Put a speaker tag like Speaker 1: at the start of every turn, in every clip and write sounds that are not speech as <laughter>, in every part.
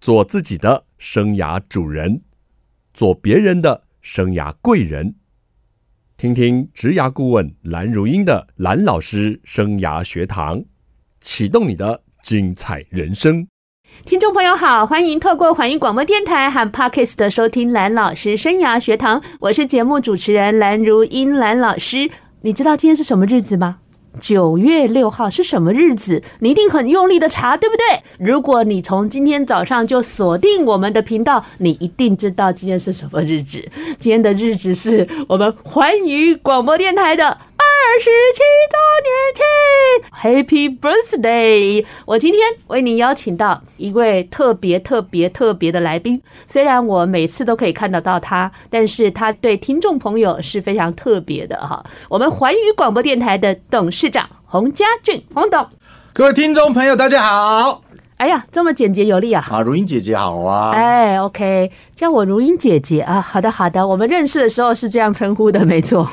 Speaker 1: 做自己的生涯主人，做别人的生涯贵人。听听职涯顾问蓝如英的蓝老师生涯学堂，启动你的精彩人生。
Speaker 2: 听众朋友好，欢迎透过环宇广播电台和 Podcast 的收听蓝老师生涯学堂，我是节目主持人蓝如英蓝老师。你知道今天是什么日子吗？九月六号是什么日子？你一定很用力的查，对不对？如果你从今天早上就锁定我们的频道，你一定知道今天是什么日子。今天的日子是我们环宇广播电台的。二十七周年庆，Happy <laughs> Birthday！我今天为您邀请到一位特别特别特别的来宾，虽然我每次都可以看得到他，但是他对听众朋友是非常特别的哈。我们环宇广播电台的董事长洪家俊，洪董。
Speaker 3: 各位听众朋友，大家好！
Speaker 2: 哎呀，这么简洁有力啊！
Speaker 3: 啊，如英姐姐好啊！
Speaker 2: 哎，OK，叫我如英姐姐啊。好的，好的，我们认识的时候是这样称呼的，没错。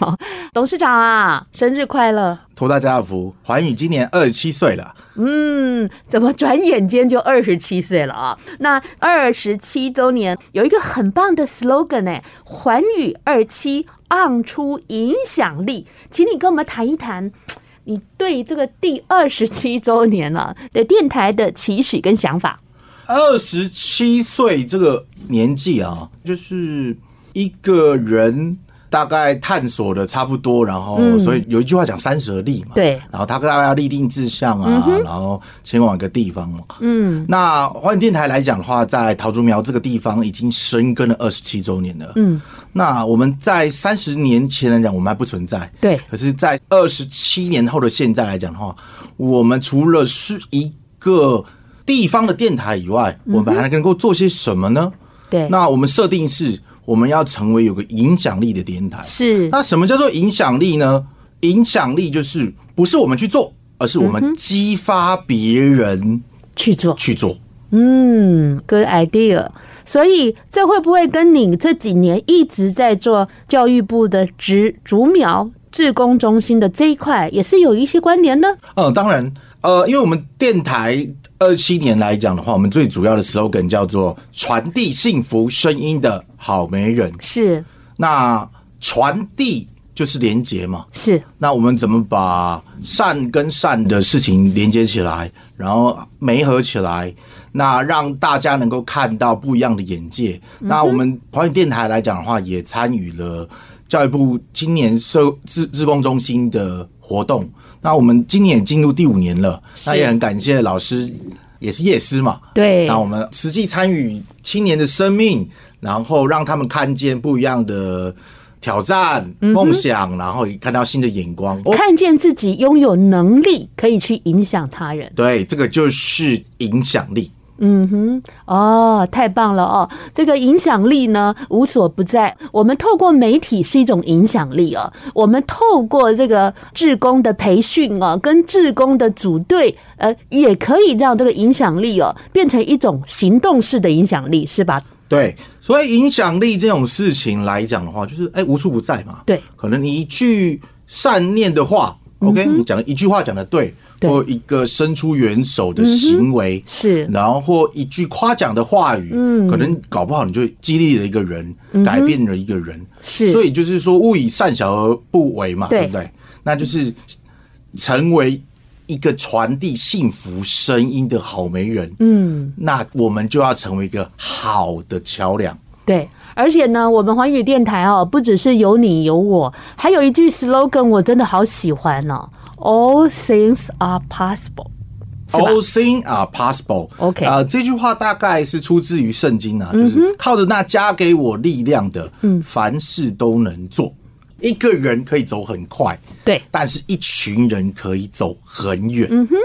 Speaker 2: 董事长啊，生日快乐！
Speaker 3: 托大家的福，环宇今年二十七岁了。
Speaker 2: 嗯，怎么转眼间就二十七岁了啊？那二十七周年有一个很棒的 slogan 呢、环宇二七，昂出影响力。请你跟我们谈一谈，你对这个第二十七周年了、对电台的期许跟想法。
Speaker 3: 二十七岁这个年纪啊，就是一个人大概探索的差不多，然后、所以有一句话讲三十而立嘛，
Speaker 2: 对
Speaker 3: 然后他大概要立定志向啊，然后前往一个地方嘛。
Speaker 2: 嗯
Speaker 3: 那换电台来讲的话，在桃竹苗这个地方已经深耕了二十七周年了。
Speaker 2: 嗯，
Speaker 3: 那我们在三十年前来讲，我们还不存在。
Speaker 2: 对
Speaker 3: 可是，在二十七年后的现在来讲的话，我们除了是一个地方的电台以外，
Speaker 2: 嗯
Speaker 3: 我们还能够做些什么呢？
Speaker 2: 对，
Speaker 3: 那我们设定是，我们要成为有个影响力的电台。
Speaker 2: 是
Speaker 3: 那什么叫做影响力呢？影响力就是不是我们去做，而是我们激发别人
Speaker 2: 去做。
Speaker 3: 去做。
Speaker 2: 嗯，good idea。所以这会不会跟你这几年一直在做教育部的植竹苗志工中心的这一块，也是有一些关联呢？
Speaker 3: 嗯，当然，呃，因为我们电台二七年来讲的话，我们最主要的 slogan 叫做“传递幸福声音的好媒人
Speaker 2: 是”。
Speaker 3: 那传递就是连接嘛。
Speaker 2: 是，
Speaker 3: 那我们怎么把善跟善的事情连接起来，然后媒合起来，那让大家能够看到不一样的眼界？那我们华语电台来讲的话，也参与了教育部青年社自自工中心的活动。那我们今年也进入第五年了，那也很感谢老师，也是叶师嘛，
Speaker 2: 对
Speaker 3: 那我们实际参与青年的生命，然后让他们看见不一样的挑战、梦想，然后也看到新的眼光。哦，
Speaker 2: 嗯看见自己拥有能力，可以去影响他人。
Speaker 3: 对，这个就是影响力。
Speaker 2: 嗯哼，哦，太棒了哦！这个影响力呢，无所不在。我们透过媒体是一种影响力哦，我们透过这个志工的培训哦，跟志工的组队，呃，也可以让这个影响力哦变成一种行动式的影响力，是吧？
Speaker 3: 对，所以影响力这种事情来讲的话，就是哎、无处不在嘛。
Speaker 2: 对，
Speaker 3: 可能你一句善念的话、o k 你讲一句话讲的
Speaker 2: 嗯
Speaker 3: 对，
Speaker 2: 对嗯
Speaker 3: 或一个伸出援手的行为，
Speaker 2: 是
Speaker 3: 然后或一句夸奖的话语，嗯，可能搞不好你就激励了一个人，
Speaker 2: 嗯
Speaker 3: 改变了一个人，
Speaker 2: 是
Speaker 3: 所以就是说勿以善小而不为嘛，
Speaker 2: 对
Speaker 3: 对不对？那就是成为一个传递幸福声音的好媒人，
Speaker 2: 嗯，
Speaker 3: 那我们就要成为一个好的桥梁。
Speaker 2: 对。而且呢，我们环宇电台哦，不只是有你有我，还有一句 slogan 我真的好喜欢哦，All things are possible，是吧
Speaker 3: All things are possible。
Speaker 2: OK 嗯
Speaker 3: 啊、这句话大概是出自于圣经啊，就是靠着那加给我力量的，凡事都能做。一个人可以走很快，
Speaker 2: 对，
Speaker 3: 但是一群人可以走很远。嗯哼，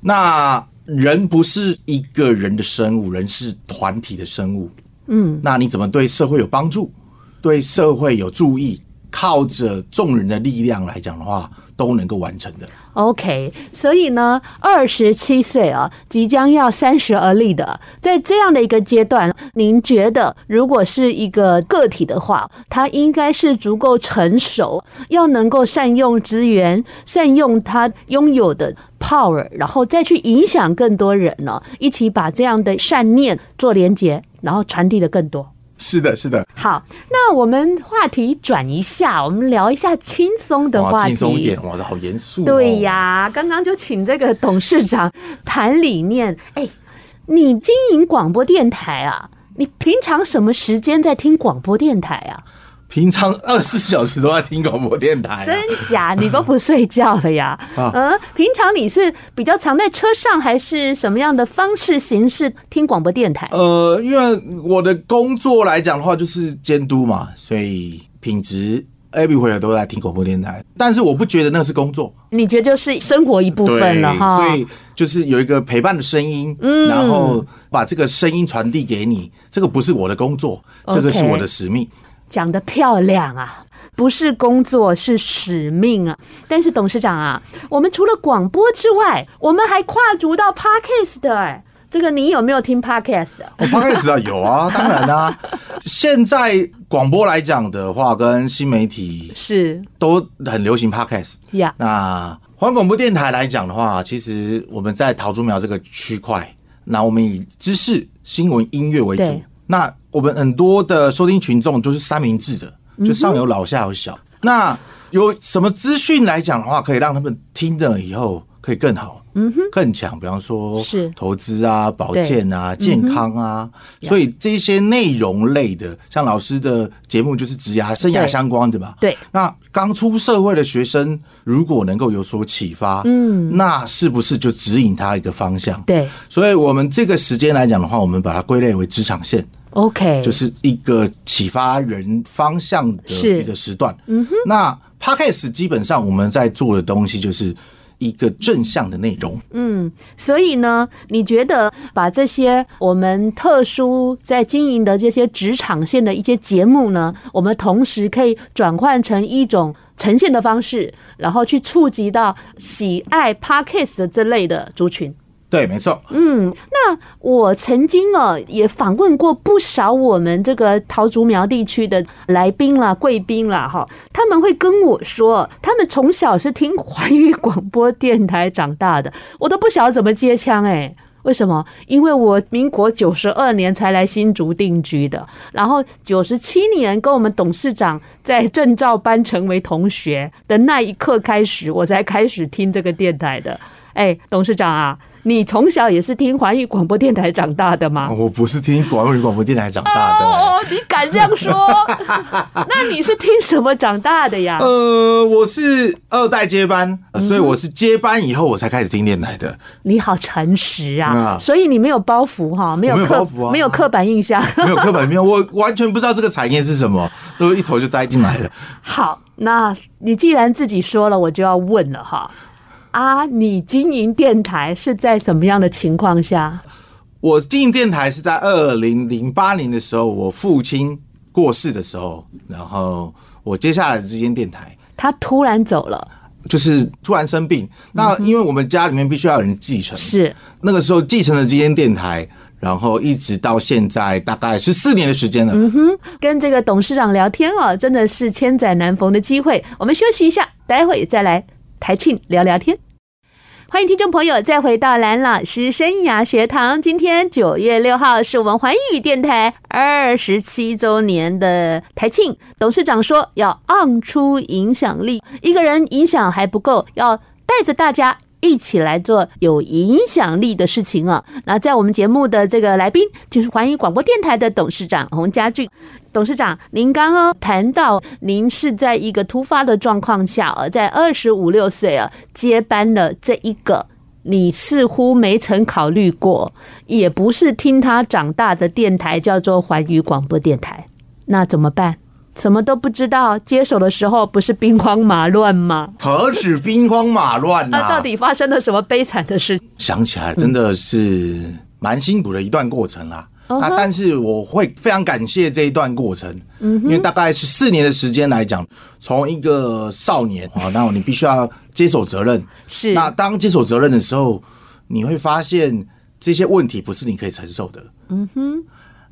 Speaker 3: 那人不是一个人的生物，人是团体的生物。嗯，那你怎么对社会有帮助，对社会有注意，靠着众人的力量来讲的话，都能够完成的。
Speaker 2: OK，所以呢，二十七岁啊，即将要三十而立的，在这样的一个阶段，您觉得如果是一个个体的话，他应该是足够成熟，要能够善用资源，善用他拥有的 power，然后再去影响更多人呢、一起把这样的善念做连结，然后传递的更多。
Speaker 3: 是的，是的，
Speaker 2: 好，那我们话题转一下，我们聊一下轻松的话
Speaker 3: 哇，
Speaker 2: 题。
Speaker 3: 轻松一点，哇，好严肃、哦。
Speaker 2: 对呀，刚刚就请这个董事长谈理念。哎，你经营广播电台啊？你平常什么时间在听广播电台啊？
Speaker 3: 平常二十四小时都在听广播电台、啊
Speaker 2: 真，假？你都不睡觉了
Speaker 3: <laughs>
Speaker 2: 呀？嗯，平常你是比较常在车上，还是什么样的方式形式听广播电台？
Speaker 3: 呃，因为我的工作来讲的话，就是监督嘛，所以品质 everywhere 都在听广播电台，但是我不觉得那是工作，
Speaker 2: 你觉得就是生活一部分了哈？嗯
Speaker 3: 所以就是有一个陪伴的声音，然后把这个声音传递给你，这个不是我的工作，这个是
Speaker 2: OK
Speaker 3: 我的使命。
Speaker 2: 讲得漂亮啊！不是工作，是使命啊！但是董事长啊，我们除了广播之外，我们还跨足到 podcast 的哎、这个你有没有听 podcast？
Speaker 3: 我刚开始啊，有啊， <laughs> 当然啦、现在广播来讲的话，跟新媒体
Speaker 2: 是
Speaker 3: 都很流行 podcast。
Speaker 2: 呀，
Speaker 3: 那环广播电台来讲的话，其实我们在桃竹苗这个区块，那我们以知识、新闻、音乐为主
Speaker 2: 对。
Speaker 3: 那我们很多的收听群众就是三明治的，
Speaker 2: 嗯
Speaker 3: 就上有老下有小。那有什么资讯来讲的话，可以让他们听了以后可以更好，嗯哼，更强。比方说
Speaker 2: 是嗯
Speaker 3: 投资啊、保健啊、健康啊，所以这些内容类的，像老师的节目就是职涯、生涯
Speaker 2: 对
Speaker 3: 相关的嘛，
Speaker 2: 对，
Speaker 3: 那刚出社会的学生，如果能够有所启发，嗯，那是不是就指引他一个方向？
Speaker 2: 对
Speaker 3: 所以，我们这个时间来讲的话，我们把它归类为职场线，
Speaker 2: ，OK，
Speaker 3: 就是一个启发人方向的
Speaker 2: 是
Speaker 3: 一个时段。嗯哼，那 podcast 基本上我们在做的东西就是一个正向的内容。
Speaker 2: 嗯，所以呢，你觉得把这些我们特殊在经营的这些职场线的一些节目呢，我们同时可以转换成一种呈现的方式，然后去触及到喜爱 podcast 的这类的族群。
Speaker 3: 对，没错。
Speaker 2: 我曾经哦也访问过不少我们这个桃竹苗地区的来宾啦、贵宾啦，哈，他们会跟我说，他们从小是听环宇广播电台长大的，我都不晓得怎么接腔哎、为什么？因为我民国九十二年才来新竹定居的，然后九十七年跟我们董事长在证照班成为同学的那一刻开始，我才开始听这个电台的。哎，董事长啊，你从小也是听环宇广播电台长大的吗？
Speaker 3: 我不是听广播广播电台哦长大的、
Speaker 2: 哦，你敢这样
Speaker 3: <laughs>
Speaker 2: 说？那你是听什么长大的呀？
Speaker 3: 呃，我是二代接班，呃所以我是接班以后我才开始听电台的。
Speaker 2: 你好诚实啊，
Speaker 3: 嗯
Speaker 2: 所以你没有包袱哈，没有
Speaker 3: 我没有
Speaker 2: 刻
Speaker 3: 包袱啊
Speaker 2: 没有刻板印象。 <laughs>
Speaker 3: <laughs> 没有刻板没有，我完全不知道这个产业是什么，都一头就栽进来了。
Speaker 2: 好，那你既然自己说了，我就要问了哈。啊，你经营电台是在什么样的情况下？
Speaker 3: 我进电台是在二零零八年的时候，我父亲过世的时候，然后我接下来的这间电台
Speaker 2: 他突然走了，
Speaker 3: 就是突然生病。那因为我们家里面必须要有人继承，
Speaker 2: 是
Speaker 3: 那个时候继承了这间电台，然后一直到现在大概是四年的时间了。
Speaker 2: 嗯跟这个董事长聊天哦，真的是千载难逢的机会。我们休息一下，待会再来台庆聊聊天。欢迎听众朋友再回到蓝老师生涯学堂。今天九月六号是我们环宇电台二十七周年的台庆，董事长说要昂出影响力，一个人影响还不够，要带着大家。一起来做有影响力的事情啊！那在我们节目的这个来宾就是环宇广播电台的董事长洪家俊，董事长，您刚刚谈到您是在一个突发的状况下，呃，在二十五六岁啊接班的这一个，你似乎没曾考虑过，也不是听他长大的电台叫做环宇广播电台，那怎么办？什么都不知道，接手的时候不是兵荒马乱吗？
Speaker 3: 何止兵荒马乱啊
Speaker 2: 那、
Speaker 3: 呐、
Speaker 2: 啊到底发生了什么悲惨的事？
Speaker 3: 想起来真的是蛮辛苦的一段过程啦。啊
Speaker 2: 嗯
Speaker 3: 那
Speaker 2: 哼
Speaker 3: 但是我会非常感谢这一段过程，
Speaker 2: 嗯
Speaker 3: 因为大概是四年的时间来讲，从一个
Speaker 2: <laughs>
Speaker 3: 少年啊，那你必须要接手责任。
Speaker 2: 是，
Speaker 3: 那当接手责任的时候，你会发现这些问题不是你可以承受的。嗯哼。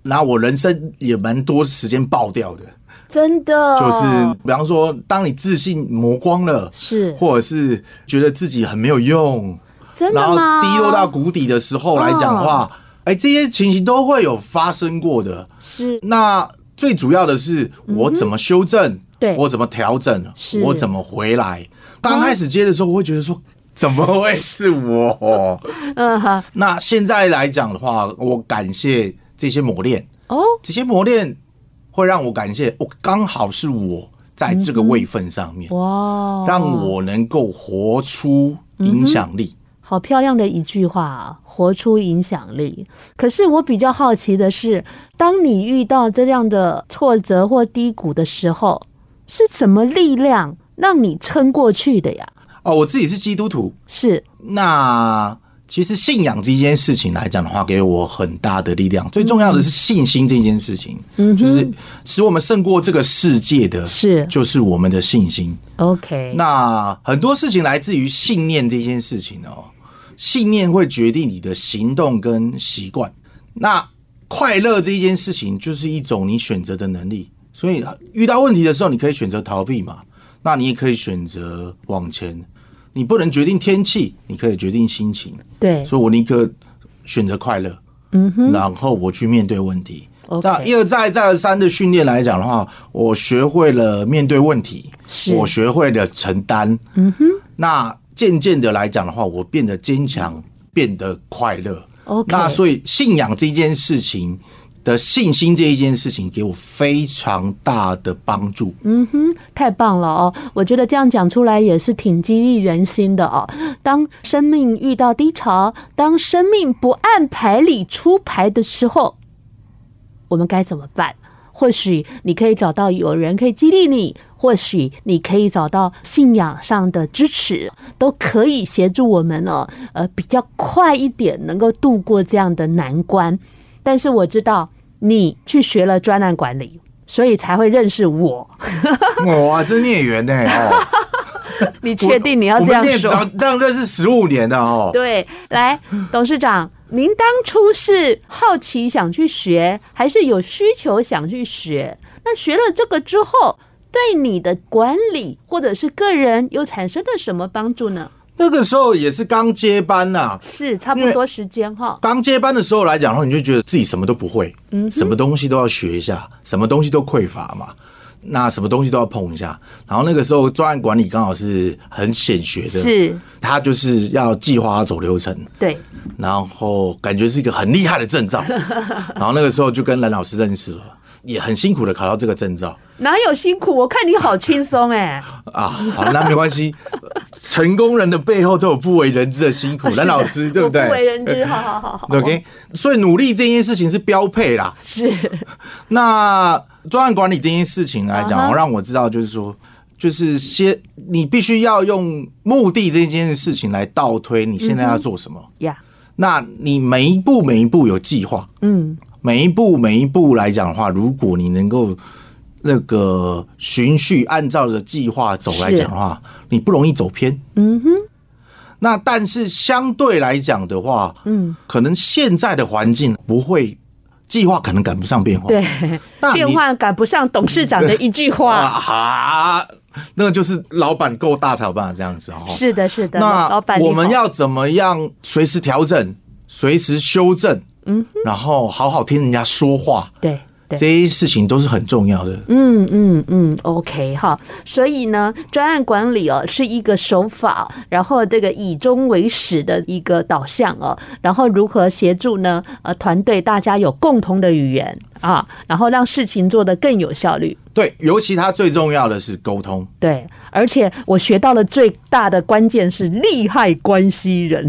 Speaker 3: 那我人生也蛮多时间爆掉的，
Speaker 2: 真的
Speaker 3: 就是比方说，当你自信磨光了，
Speaker 2: 是
Speaker 3: 或者是觉得自己很没有用，
Speaker 2: 真
Speaker 3: 然
Speaker 2: 的
Speaker 3: 后
Speaker 2: 吗？嗯
Speaker 3: 低落到谷底的时候来讲的话，哎、这些情形都会有发生过的。
Speaker 2: 是
Speaker 3: 那最主要的是我怎么修正，
Speaker 2: 嗯对
Speaker 3: 我怎么调整
Speaker 2: 是，啊
Speaker 3: 我怎么回来。刚开始接的时候，我会觉得说。怎么会是我？ <laughs>
Speaker 2: 嗯哈
Speaker 3: 那现在来讲的话，我感谢这些磨练，
Speaker 2: 哦
Speaker 3: 这些磨练会让我感谢，我刚好是我在这个位份上面，
Speaker 2: 嗯哇，哦
Speaker 3: 让我能够活出影响力。
Speaker 2: 好漂亮的一句话啊，活出影响力。可是我比较好奇的是，当你遇到这样的挫折或低谷的时候，是什么力量让你撑过去的呀？
Speaker 3: 哦，我自己是基督徒，
Speaker 2: 是
Speaker 3: 那其实信仰这件事情来讲的话，给我很大的力量。最重要的是信心这件事情，就是使我们胜过这个世界的，
Speaker 2: 是
Speaker 3: 就是我们的信心。
Speaker 2: ，OK，
Speaker 3: 那很多事情来自于信念这件事情哦，信念会决定你的行动跟习惯。那快乐这一件事情就是一种你选择的能力，所以遇到问题的时候，你可以选择逃避嘛，那你也可以选择往前。你不能决定天气，你可以决定心情，
Speaker 2: 对，
Speaker 3: 所以我宁可选择快乐，
Speaker 2: 嗯哼
Speaker 3: 然后我去面对问题。那
Speaker 2: ，OK，
Speaker 3: 一而再再而三的训练来讲的话，我学会了面对问题，
Speaker 2: 是
Speaker 3: 我学会了承担。嗯哼，那渐渐的来讲的话，我变得坚强，变得快乐。
Speaker 2: OK
Speaker 3: 那所以信仰这件事情的信心这一件事情，给我非常大的帮
Speaker 2: <laughs>
Speaker 3: 助。
Speaker 2: 嗯哼，太棒了哦！我觉得这样讲出来也是挺激励人心的哦。当生命遇到低潮，当生命不按牌理出牌的时候，我们该怎么办？或许你可以找到有人可以激励你，或许你可以找到信仰上的支持，都可以协助我们哦，呃，比较快一点能够度过这样的难关。但是我知道你去学了专案管理，所以才会认识我。
Speaker 3: 哇，真孽缘呢！哦，
Speaker 2: 你确定 <laughs> 你要这
Speaker 3: 我
Speaker 2: 样
Speaker 3: 们念早
Speaker 2: 说？
Speaker 3: 这样认识十五年的哦。
Speaker 2: 对，来，董事长，您当初是好奇想去学，还是有需求想去学？那学了这个之后，对你的管理或者是个人又产生了什么帮助呢？
Speaker 3: 那个时候也是刚接班啊呐、
Speaker 2: 是差不多时间哈，
Speaker 3: 刚接班的时候来讲的话，你就觉得自己什么都不会，
Speaker 2: 嗯
Speaker 3: 什么东西都要学一下，什么东西都匮乏嘛，那什么东西都要碰一下。然后那个时候专案管理刚好是很显学的，
Speaker 2: 是
Speaker 3: 他就是要计划走流程，
Speaker 2: 对，
Speaker 3: 然后感觉是一个很厉害
Speaker 2: <laughs>
Speaker 3: 的证照。然后那个时候就跟蓝老师认识了，也很辛苦的考到这个证照
Speaker 2: 哪有辛苦？我看你好轻松哎，
Speaker 3: 啊。好，那没关系，成功人的背后都有不为人知的辛苦。蓝老师对
Speaker 2: <laughs> 我
Speaker 3: 不
Speaker 2: 不
Speaker 3: 对？
Speaker 2: 为人知，好好好好，
Speaker 3: <laughs> OK，所以努力这件事情是标配啦。
Speaker 2: 是
Speaker 3: 那专案管理这件事情来讲
Speaker 2: 啊哈
Speaker 3: 哦，让我知道就是说，就是先你必须要用目的这件事情来倒推你现在要做什么。
Speaker 2: 呀，
Speaker 3: 那你每一步每一步有计划，
Speaker 2: 嗯，
Speaker 3: 每一步每一步来讲的话，如果你能够那个循序按照着计划走来讲的话，你不容易走偏。嗯哼。那但是相对来讲的话，嗯，可能现在的环境不会，计划可能赶不上变化。
Speaker 2: 对，
Speaker 3: 那你
Speaker 2: 变化赶不上董事长的一句
Speaker 3: <laughs>
Speaker 2: 话。
Speaker 3: 啊哈，那就是老板够大才有办法这样子哦。
Speaker 2: 是的，是的，
Speaker 3: 那
Speaker 2: 老板你好，
Speaker 3: 我们要怎么样随时调整、随时修正？嗯，然后好好听人家说话，
Speaker 2: 对
Speaker 3: 这
Speaker 2: 对。
Speaker 3: 些事情都是很重要的。
Speaker 2: 嗯嗯嗯，OK 哈，所以呢，专案管理哦是一个手法，然后这个以终为始的一个导向哦，然后如何协助呢？呃，团队大家有共同的语言啊，然后让事情做得更有效率。
Speaker 3: 对，尤其它最重要的是沟
Speaker 2: <laughs>
Speaker 3: 通。
Speaker 2: 对，而且我学到了最大的关键是利害关系人。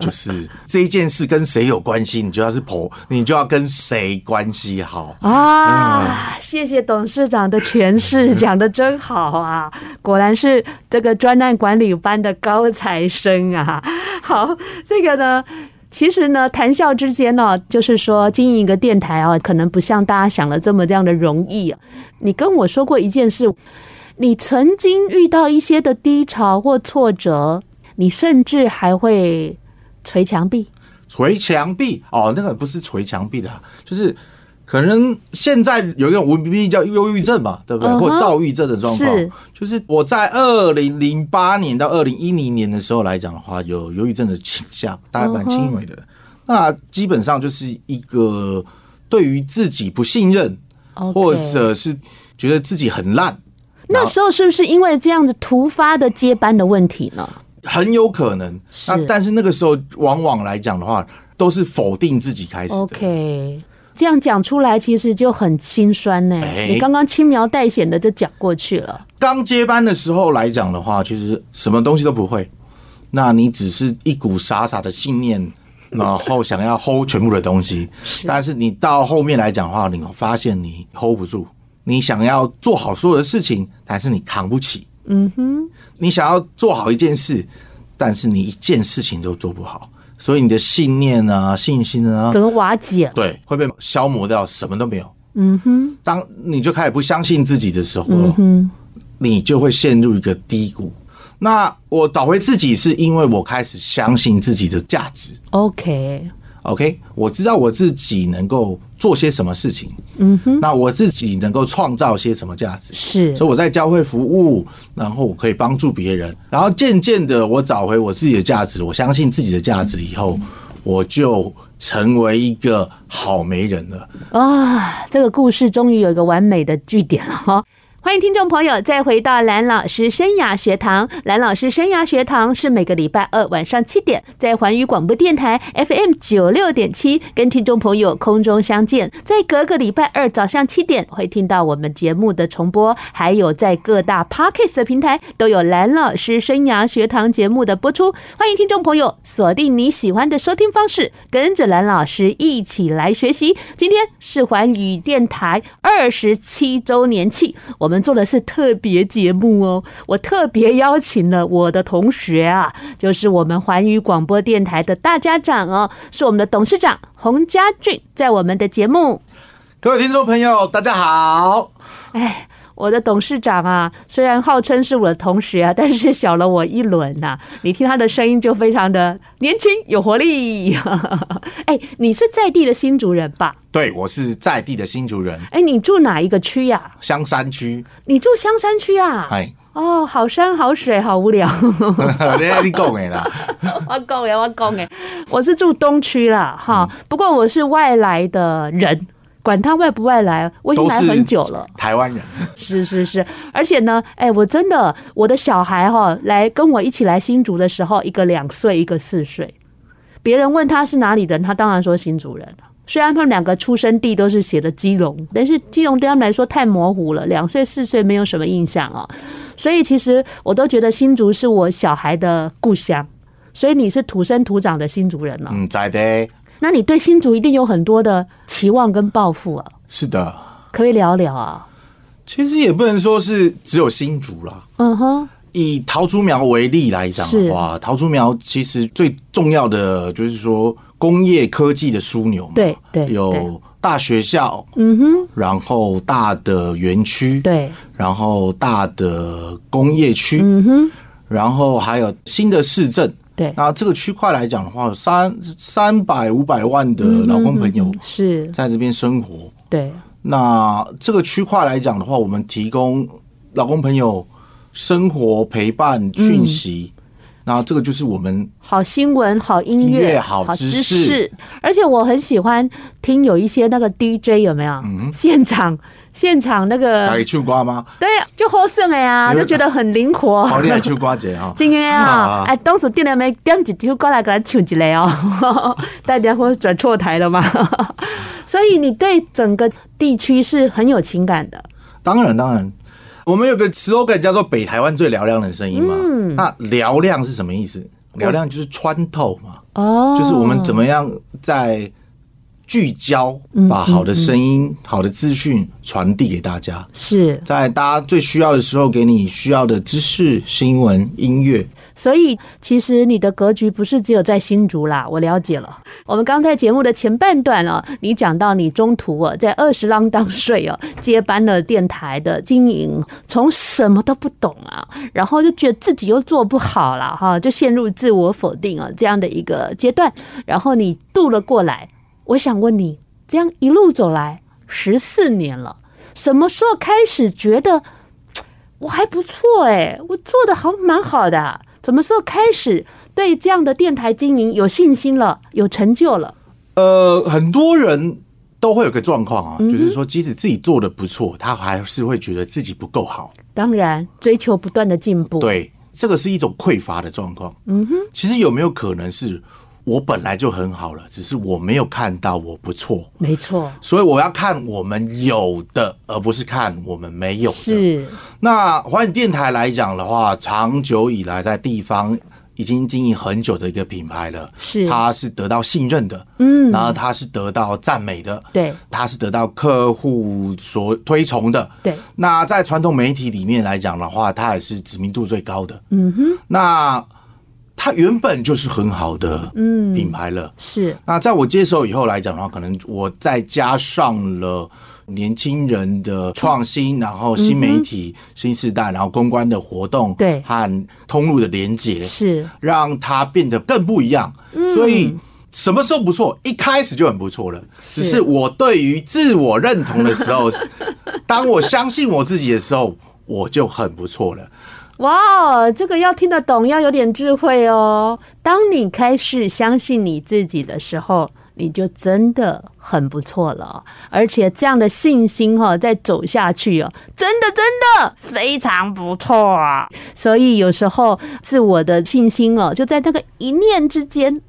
Speaker 3: 就是这一件事跟谁有关系，你就要是婆，你就要跟谁关系好。
Speaker 2: 啊，谢谢董事长的诠释，讲的真好啊！ <laughs> 果然是 <laughs> 这个专案管理班的高材生啊。好，这个呢。其实呢，谈笑之间呢、就是说经营一个电台啊，可能不像大家想的这么这样的容易、啊。你跟我说过一件事，你曾经遇到一些的低潮或挫折，你甚至还会捶墙壁。
Speaker 3: 捶墙壁哦，那个不是捶墙壁的，就是可能现在有一种文病叫忧郁症嘛，对不对？
Speaker 2: 嗯哼
Speaker 3: 或者躁郁症的状
Speaker 2: 是
Speaker 3: 况，就是我在二零零八年到二零一零年的时候来讲的话，有忧郁症的倾向，大概蛮轻微
Speaker 2: 嗯
Speaker 3: 的。那基本上就是一个对于自己不信任
Speaker 2: OK
Speaker 3: 或者是觉得自己很烂，
Speaker 2: 那时候是不是因为这样子突发的接班的问题呢？
Speaker 3: 很有可能。
Speaker 2: 是
Speaker 3: 那但是那个时候，往往来讲的话，都是否定自己开始的。
Speaker 2: OK，这样讲出来其实就很心酸呢、
Speaker 3: 哎啊
Speaker 2: 你刚刚轻描淡写的就讲过去了，
Speaker 3: 刚接班的时候来讲的话，其实什么东西都不会，那你只是一股傻傻的信念，然后想要 hold 全部的东西。但是你到后面来讲的话，你发现你 hold 不住，你想要做好所有的事情，但是你扛不起。嗯哼，你想要做好一件事，但是你一件事情都做不好，所以你的信念啊、信心啊，
Speaker 2: 整个瓦解。
Speaker 3: 对，会被消磨掉，什么都没有。嗯哼，嗯当你就开始不相信自己的时候，你就会陷入一个低谷。那我找回自己，是因为我开始相信自己的价值。
Speaker 2: OK，
Speaker 3: OK，我知道我自己能够做些什么事情。嗯哼，那我自己能够创造些什么价值？
Speaker 2: 是
Speaker 3: 所以我在教会服务，然后我可以帮助别人，然后渐渐的我找回我自己的价值，我相信自己的价值以后，我就成为一个好媒人了。
Speaker 2: 啊，这个故事终于有一个完美的句点了哈。欢迎听众朋友再回到蓝老师生涯学堂。蓝老师生涯学堂是每个礼拜二晚上七点在环宇广播电台 FM 九六点七跟听众朋友空中相见，在隔个礼拜二早上七点会听到我们节目的重播，还有在各大 Podcast 的平台都有蓝老师生涯学堂节目的播出。欢迎听众朋友锁定你喜欢的收听方式，跟着蓝老师一起来学习。今天是环宇电台二十七周年庆，我们做的是特别节目哦。我特别邀请了我的同学啊，就是我们环宇广播电台的大家长哦，是我们的董事长洪家俊，在我们的节目。
Speaker 3: 各位听众朋友，大家好。
Speaker 2: 哎，我的董事长啊，虽然号称是我的同学啊，但是小了我一轮呐、你听他的声音就非常的年轻有活力。 <laughs> 哎，你是在地的新竹人吧？
Speaker 3: 对，我是在地的新竹人，
Speaker 2: 哎，你住哪一个区呀、
Speaker 3: 香山区。
Speaker 2: 你住香山区啊？
Speaker 3: 哎， <laughs>
Speaker 2: 哦，好山好水，好无聊。
Speaker 3: 你讲的啦，
Speaker 2: <laughs> 我讲诶，我讲诶，我是住东区啦，哈。
Speaker 3: 嗯
Speaker 2: 不过我是外来的人，管他外不外来，我 <laughs> 已经
Speaker 3: 都
Speaker 2: 来
Speaker 3: 是
Speaker 2: 很久了。
Speaker 3: 台湾人。
Speaker 2: 是是是，而且呢，哎，我真的，我的小孩哈、来跟我一起来新竹的时候，一个两岁，一个四岁。别人问他是哪里人，他当然说新竹人。虽然他们两个出生地都是写的基隆，但是基隆对他们来说太模糊了，两岁四岁没有什么印象哦。所以其实我都觉得新竹是我小孩的故乡。所以你是土生土长的新竹人了、
Speaker 3: 嗯，在的，
Speaker 2: 那你对新竹一定有很多的期望跟抱负啊，
Speaker 3: 是的。
Speaker 2: 可不可以聊聊啊？
Speaker 3: 其实也不能说是只有新竹啦，
Speaker 2: 嗯哼，
Speaker 3: 以桃竹苗为例来讲的话，桃竹苗其实最重要的就是说工业科技的枢纽嘛，
Speaker 2: 对对对
Speaker 3: 有大学校，
Speaker 2: 嗯哼。
Speaker 3: 然后大的园区，，
Speaker 2: 对，
Speaker 3: 然后大的工业区，
Speaker 2: 嗯哼，
Speaker 3: 然后还有新的市政。
Speaker 2: 对，
Speaker 3: 那这个区块来讲的话，三三百五百万的劳工朋
Speaker 2: 嗯
Speaker 3: 友
Speaker 2: 是，
Speaker 3: 在这边生活。
Speaker 2: 对，
Speaker 3: 那这个区块来讲的话，我们提供劳工朋友生活陪伴讯息。那这个就是我们
Speaker 2: 好新闻，好音
Speaker 3: 音
Speaker 2: 乐，
Speaker 3: 乐好
Speaker 2: 知
Speaker 3: 知识
Speaker 2: 而且我很喜欢听有一些那个 DJ 有没有？
Speaker 3: 嗯
Speaker 2: 现场现场那
Speaker 3: 来
Speaker 2: 个，
Speaker 3: 去瓜吗？
Speaker 2: 对，就好胜哎呀，
Speaker 3: 你
Speaker 2: 就
Speaker 3: 们
Speaker 2: 觉得很灵活。
Speaker 3: 好，你来去瓜姐啊！
Speaker 2: 今天啊
Speaker 3: 啊，
Speaker 2: 哎，当时店里面点一首歌来给咱唱一个哦， <laughs> 大家会转错台了嘛？ <laughs> 所以你对整个地区是很有情感的，
Speaker 3: 当然，当然，我们有个 slogan 叫做“北台湾最嘹亮的声音”嘛。那嘹亮是什么意思？嘹亮就是穿透嘛，
Speaker 2: 哦，
Speaker 3: 就是我们怎么样在聚焦，把好的声音、好的资讯传递给大家，
Speaker 2: 是
Speaker 3: 在大家最需要的时候给你需要的知识、新闻、音乐。
Speaker 2: 所以其实你的格局不是只有在新竹啦，我了解了。我们刚在节目的前半段哦，你讲到你中途哦，在二十浪当岁哦，接班了电台的经营，从什么都不懂啊，然后就觉得自己又做不好了哈，就陷入自我否定啊这样的一个阶段，然后你渡了过来。我想问你，这样一路走来十四年了，什么时候开始觉得我还不错哎、我做的好蛮好的啊、什么时候开始对这样的电台经营有信心了，有成就了？
Speaker 3: 呃，很多人都会有个状况啊，就是说，即使自己做的不错，他还是会觉得自己不够好。
Speaker 2: 当然，追求不断的进步。，
Speaker 3: 对，这个是一种匮乏的状况。嗯哼，其实有没有可能是我本来就很好了，只是我没有看到我不错，
Speaker 2: 没错，
Speaker 3: 所以我要看我们有的，而不是看我们没有的。
Speaker 2: 是
Speaker 3: 那华语电台来讲的话，长久以来在地方已经经营很久的一个品牌了，
Speaker 2: 是
Speaker 3: 它是得到信任的，
Speaker 2: 嗯
Speaker 3: 然后它是得到赞美的，
Speaker 2: 对
Speaker 3: 它是得到客户所推崇的，
Speaker 2: 对，
Speaker 3: 那在传统媒体里面来讲的话，它也是知名度最高的，嗯哼，那它原本就是很好的品牌了，
Speaker 2: 是
Speaker 3: 那在我接手以后来讲的话，可能我再加上了年轻人的创新，然后新媒体、新时代，然后公关的活动，
Speaker 2: 对
Speaker 3: 和通路的连接，
Speaker 2: 是，
Speaker 3: 让它变得更不一样。所以什么时候不错？一开始就很不错了，
Speaker 2: 是
Speaker 3: 只是我对于自我认同的时候，当我相信我自己的时候，我就很不错了。
Speaker 2: 哇哦，这个要听得懂，要有点智慧哦。当你开始相信你自己的时候，你就真的很不错了，而且这样的信心哈、哦，再走下去哦，真的真的非常不错啊。所以有时候自我的信心哦，就在那个一念之间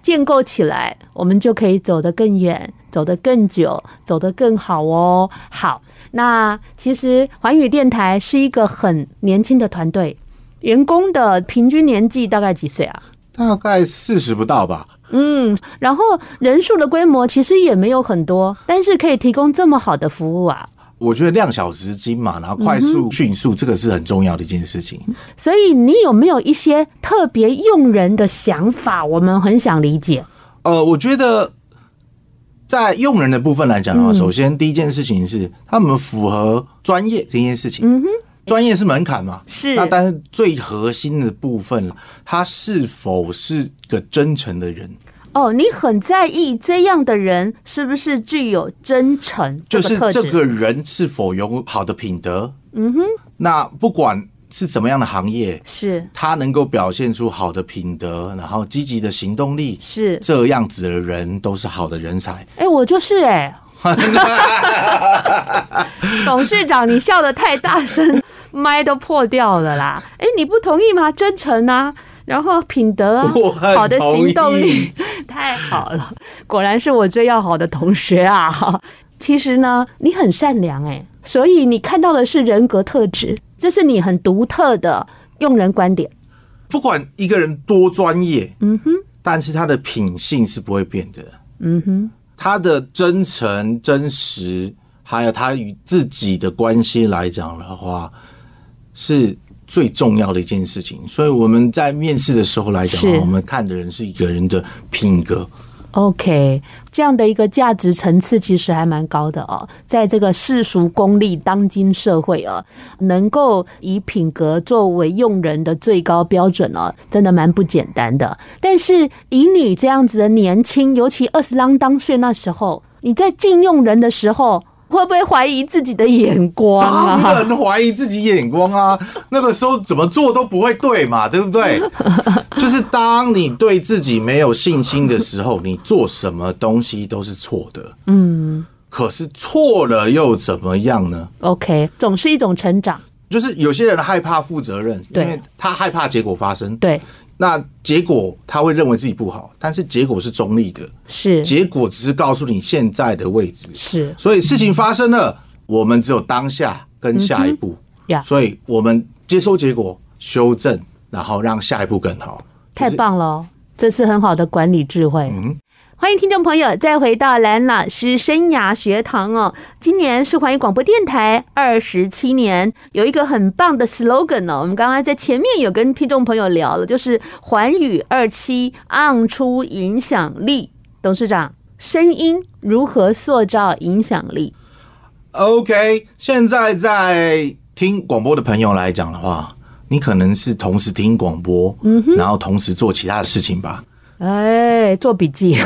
Speaker 2: 建构起来，我们就可以走得更远，走得更久，走得更好哦。好，那其实环宇电台是一个很年轻的团队，员工的平均年纪大概几岁啊？
Speaker 3: 大概四十不到吧，
Speaker 2: 嗯，然后人数的规模其实也没有很多，但是可以提供这么好的服务啊。
Speaker 3: 我觉得量小时精嘛，然后快速、迅速，这个是很重要的一件事情。
Speaker 2: 所以你有没有一些特别用人的想法？我们很想理解。
Speaker 3: 呃，我觉得在用人的部分来讲的
Speaker 2: 嗯
Speaker 3: 话，首先第一件事情是他们符合专业这件事情。嗯哼，专业是门槛嘛。
Speaker 2: 是
Speaker 3: 那但是最核心的部分，他是否是个真诚的人？
Speaker 2: 哦，你很在意这样的人是不是具有真诚
Speaker 3: 就
Speaker 2: 这个
Speaker 3: 是
Speaker 2: 特质？
Speaker 3: 这个人是否有好的品德？嗯哼，那不管是怎么样的行业，
Speaker 2: 是
Speaker 3: 他能够表现出好的品德，然后积极的行动力，
Speaker 2: 是，
Speaker 3: 这样子的人都是好的人才。
Speaker 2: 哎、我就是
Speaker 3: <laughs>
Speaker 2: 哎、董事长，你笑得太大声，麦都破掉了啦！哎、你不同意吗？真诚啊，然后品德啊
Speaker 3: 我，很
Speaker 2: 好的行动
Speaker 3: 同
Speaker 2: 力
Speaker 3: 意，
Speaker 2: <laughs> 太好了，果然是我最要好的同学啊！其实呢，你很善良哎、所以你看到的是人格特质，这是你很独特的用人观点。
Speaker 3: 不管一个人多专业，嗯哼，但是他的品性是不会变的，嗯哼，他的真诚、真实，还有他与自己的关系来讲的话，是最重要的一件事情。所以我们在面试的时候来讲的话，
Speaker 2: 是
Speaker 3: 我们看的人是一个人的品格，
Speaker 2: OK，这样的一个价值层次其实还蛮高的哦，在这个世俗功利当今社会哦，能够以品格作为用人的最高标准哦，真的蛮不简单的。但是以你这样子的年轻，尤其二十郎当岁那时候，你在聘用人的时候，会不会怀疑自己的眼光啊？
Speaker 3: 当然怀疑自己眼
Speaker 2: <laughs>
Speaker 3: 光啊，那个时候怎么做都不会对嘛，对不对？就是当你对自己没有信心的时候，你做什么东西都是错的。嗯，可是错了又怎么样呢？
Speaker 2: OK，总是一种成长，
Speaker 3: 就是有些人害怕负责任，因
Speaker 2: 对
Speaker 3: 为他害怕结果发生。
Speaker 2: 对，
Speaker 3: 那结果他会认为自己不好，但是结果是中立的，
Speaker 2: 是
Speaker 3: 结果只是告诉你现在的位置。
Speaker 2: 是
Speaker 3: 所以事情发生了，我们只有当下跟下一步。
Speaker 2: 呀
Speaker 3: 所以我们接收结果、修正，然后让下一步更好。嗯
Speaker 2: 太棒了哦，这是很好的管理智慧。欢迎听众朋友再回到蓝老师生涯学堂哦。今年是环宇广播电台二十七年，有一个很棒的 slogan 哦。我们刚刚在前面有跟听众朋友聊了，就是环宇二期昂出影响力。董事长，声音如何塑造影响力？
Speaker 3: OK，现在在听广播的朋友来讲的话，你可能是同时听广播，嗯、然后同时做其他的事情吧，
Speaker 2: 哎，做笔
Speaker 3: <laughs>
Speaker 2: 记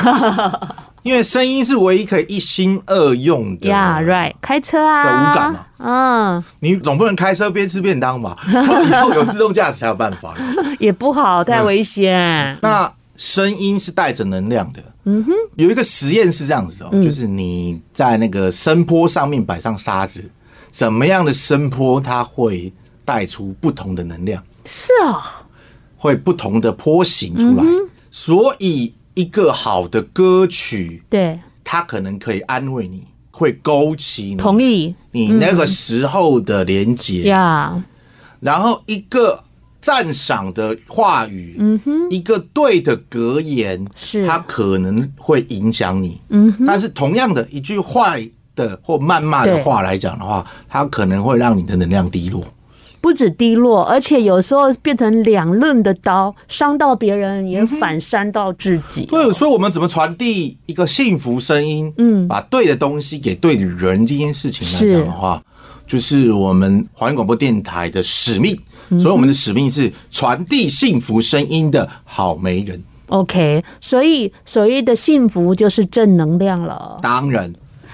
Speaker 3: 因为声音是唯一可以一心二用的。
Speaker 2: 呀、yeah,，right，开车
Speaker 3: 对
Speaker 2: 啊，
Speaker 3: 无感啊嘛
Speaker 2: 嗯，
Speaker 3: 你总不能开车边吃便当吧？以后有自动驾驶才有办法。
Speaker 2: 也不好，太危险。
Speaker 3: 那声音是带着能量的。嗯哼，有一个实验是这样子哦，就是你在那个声波上面摆上沙子，怎么样的声波它会带出不同的能量，
Speaker 2: 是哦，
Speaker 3: 会不同的波形出来。所以一个好的歌曲，
Speaker 2: 对，
Speaker 3: 它可能可以安慰你，会勾起
Speaker 2: 同
Speaker 3: 你
Speaker 2: 意
Speaker 3: 你那个时候的连结。
Speaker 2: 呀。
Speaker 3: 然后一个赞赏的话语，嗯哼，一个对的格言，
Speaker 2: 是
Speaker 3: 它可能会影响你，
Speaker 2: 嗯
Speaker 3: 哼。但是同样的一句坏的或谩骂的话来讲的话，它可能会让你的能量低落。
Speaker 2: 不止低落，而且有时候变成两刃的刀，伤到别人也反伤到自己。
Speaker 3: 对，所以我们怎么传递一个幸福声音？嗯，把对的东西给对的人这件事情来讲的话，就是我们华语广播电台的使命。所以我们的使命是传递幸福声音的好媒人。
Speaker 2: OK，所以所谓的幸福就是正能量了。
Speaker 3: 当然，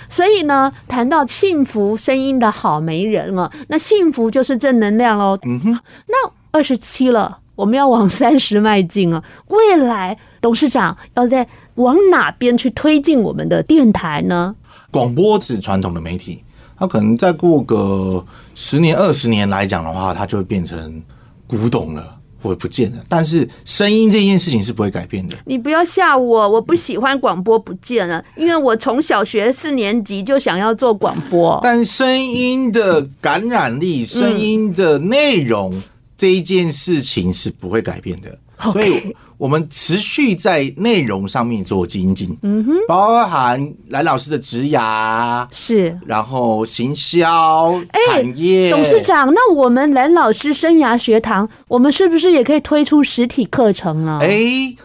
Speaker 2: 所以呢，谈到幸福声音的好媒人了，那幸福就是正能量喽。嗯哼，那二十七了，我们要往三十迈进了。未来董事长要在往哪边去推进我们的电台呢？
Speaker 3: 广播是传统的媒体，它可能再过个十年、二十年来讲的话，它就会变成古董了，或者不见了。但是声音这件事情是不会改变的。
Speaker 2: 你不要吓我，我不喜欢广播不见了，因为我从小学四年级就想要做广播。
Speaker 3: 但声音的感染力、声音的内容、这一件事情是不会改变的。
Speaker 2: OK
Speaker 3: 所以，我们持续在内容上面做精进，嗯哼，包含蓝老师的职涯，
Speaker 2: 是
Speaker 3: 然后行销、产业，
Speaker 2: 哎董事长，那我们蓝老师生涯学堂，我们是不是也可以推出实体课程啊呢？
Speaker 3: 哎、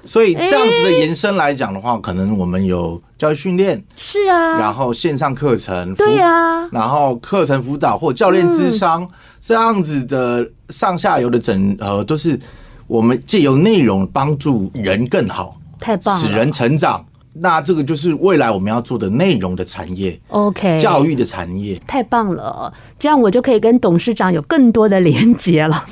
Speaker 3: 所以这样子的延伸来讲的话，可能我们有教育训练，
Speaker 2: 是啊，
Speaker 3: 然后线上课程，辅
Speaker 2: 对呀、嗯
Speaker 3: 然后课程辅导或教练智商、这样子的上下游的整合，都是我们借由内容帮助人更好，
Speaker 2: 太棒
Speaker 3: 使
Speaker 2: 了
Speaker 3: 人成长。那这个就是未来我们要做的内容的产业，
Speaker 2: ，OK，
Speaker 3: 教育的产业。
Speaker 2: 太棒了，这样我就可以跟董事长有更多的连接了，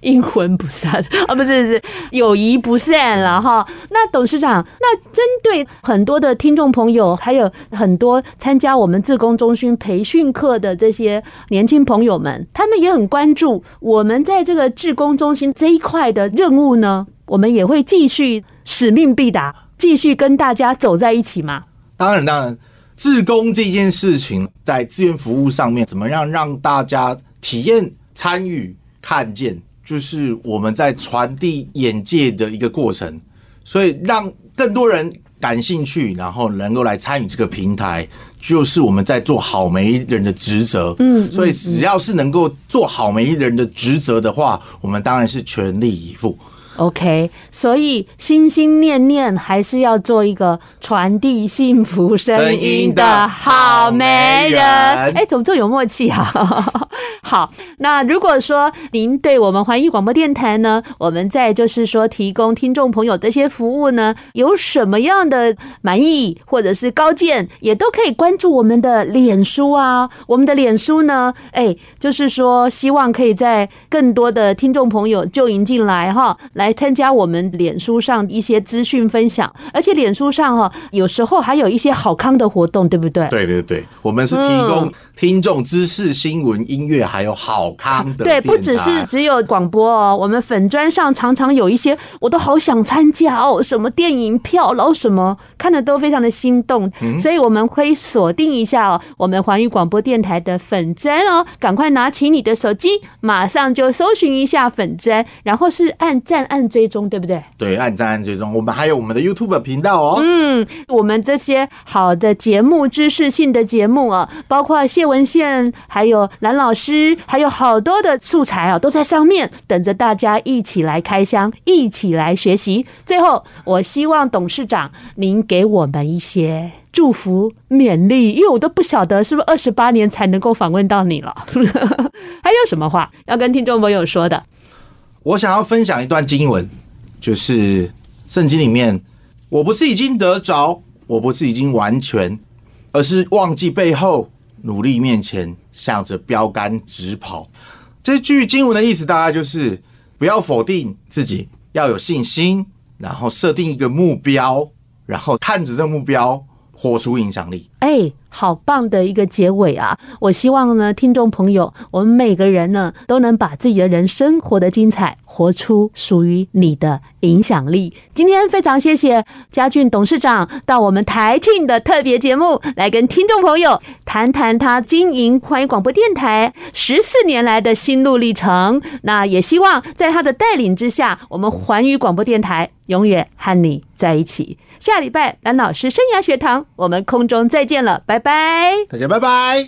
Speaker 2: 阴魂不散啊，不是不是友谊不散了哈。那董事长，那针对很多的听众朋友，还有很多参加我们自工中心培训课的这些年轻朋友们，他们也很关注我们在这个志工中心这一块的任务呢，我们也会继续使命必达，继续跟大家走在一起嘛。
Speaker 3: 当然，当然，志工这件事情在志愿服务上面，怎么样让大家体验、参与、看见，就是我们在传递眼界的一个过程。所以，让更多人感兴趣，然后能够来参与这个平台，就是我们在做好媒人的职责。嗯，所以只要是能够做好媒人的职责的话，我们当然是全力以赴。
Speaker 2: OK，所以心心念念还是要做一个传递幸福声音的好媒人。
Speaker 3: 声音的好媒人
Speaker 2: 哎，怎么这么有默契啊？ <laughs> 好，那如果说您对我们环宇广播电台呢，我们在就是说提供听众朋友这些服务呢，有什么样的满意或者是高见，也都可以关注我们的脸书啊。我们的脸书呢，哎，就是说希望可以在更多的听众朋友就引进来哈，来参加我们脸书上一些资讯分享，而且脸书上哈，有时候还有一些好康的活动，对不对？嗯
Speaker 3: 对对对，我们是提供听众知识、新闻、音乐，还有好康的
Speaker 2: 对，不
Speaker 3: 电
Speaker 2: 只是
Speaker 3: 台
Speaker 2: 只有广播哦，我们粉砖上常常有一些，我都好想参加哦，什么电影票，然后什么看的都非常的心动，
Speaker 3: 嗯
Speaker 2: 所以我们会锁定一下哦，我们环宇广播电台的粉砖哦，赶快拿起你的手机，马上就搜寻一下粉砖，然后是按赞按追踪，对不对？
Speaker 3: 对按赞按追踪，我们还有我们的 YouTube 频道哦。
Speaker 2: 嗯，我们这些好的节目、知识性的节目啊，包括谢文宪、还有蓝老师，还有好多的素材啊，都在上面等着大家一起来开箱，一起来学习。最后，我希望董事长您给我们一些。祝福、勉励，因为我都不晓得是不是二十八年才能够访问到你了。 <laughs> 还有什么话要跟听众朋友说的？
Speaker 3: 我想要分享一段经文，就是圣经里面，我不是已经得着，我不是已经完全，而是忘记背后，努力面前，向着标杆直跑。这句经文的意思大概就是不要否定自己，要有信心，然后设定一个目标，然后看着这目标，活出影响力。
Speaker 2: 哎，好棒的一个结尾啊！我希望呢，听众朋友，我们每个人呢，都能把自己的人生活得精彩，活出属于你的影响力。今天非常谢谢嘉俊董事长到我们台庆的特别节目来跟听众朋友谈谈他经营欢迎广播电台十四年来的心路历程。那也希望在他的带领之下，我们环宇广播电台永远和你在一起。下礼拜蓝老师生涯学堂，我们空中再见了，拜拜。
Speaker 3: 大家拜拜。